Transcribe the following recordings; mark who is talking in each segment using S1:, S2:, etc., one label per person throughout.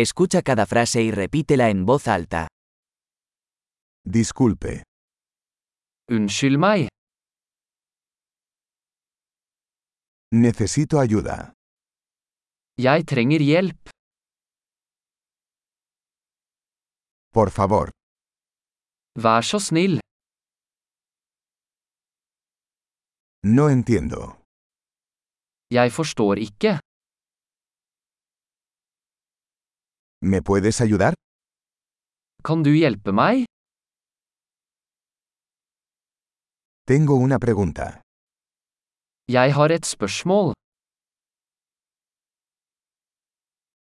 S1: Escucha cada frase y repítela en voz alta.
S2: Disculpe.
S3: Unnskyld meg,
S2: Necesito ayuda.
S3: jeg trenger hjelp.
S2: Por favor.
S3: Vær så snill,
S2: No entiendo.
S3: jeg forstår ikke.
S2: ¿Me puedes ayudar?
S3: Kan du hjelpe meg?
S2: Tengo una pregunta.
S3: Jeg har et spørsmål.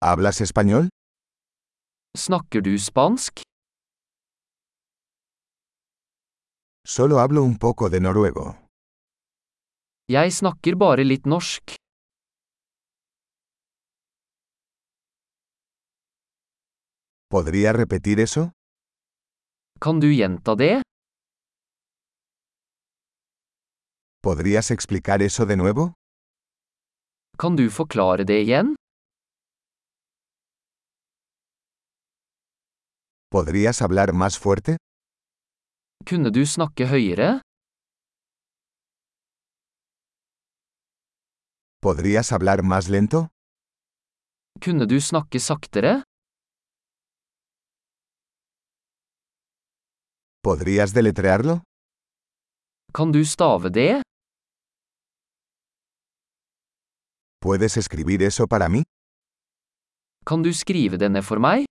S2: ¿Hablas español?
S3: Snakker du spansk?
S2: Solo hablo un poco de noruego.
S3: Jeg snakker bare litt norsk.
S2: ¿Podría repetir eso?
S3: Kan du gjenta det?
S2: ¿Podrías explicar eso de nuevo?
S3: Kan du forklare det igjen?
S2: ¿Podrías hablar más fuerte?
S3: Kunne du snakke høyere?
S2: ¿Podrías hablar más lento?
S3: Kunne du snakke saktere?
S2: ¿Podrías deletrearlo?
S3: Kan du stave det?
S2: ¿Puedes escribir eso para mí?
S3: Kan du skrive det ned for meg?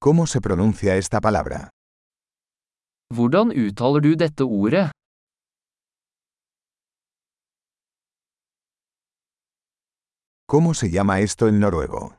S2: ¿Cómo se pronuncia esta palabra?
S3: Hvordan uttaler du dette ordet?
S2: ¿Cómo se llama esto en noruego?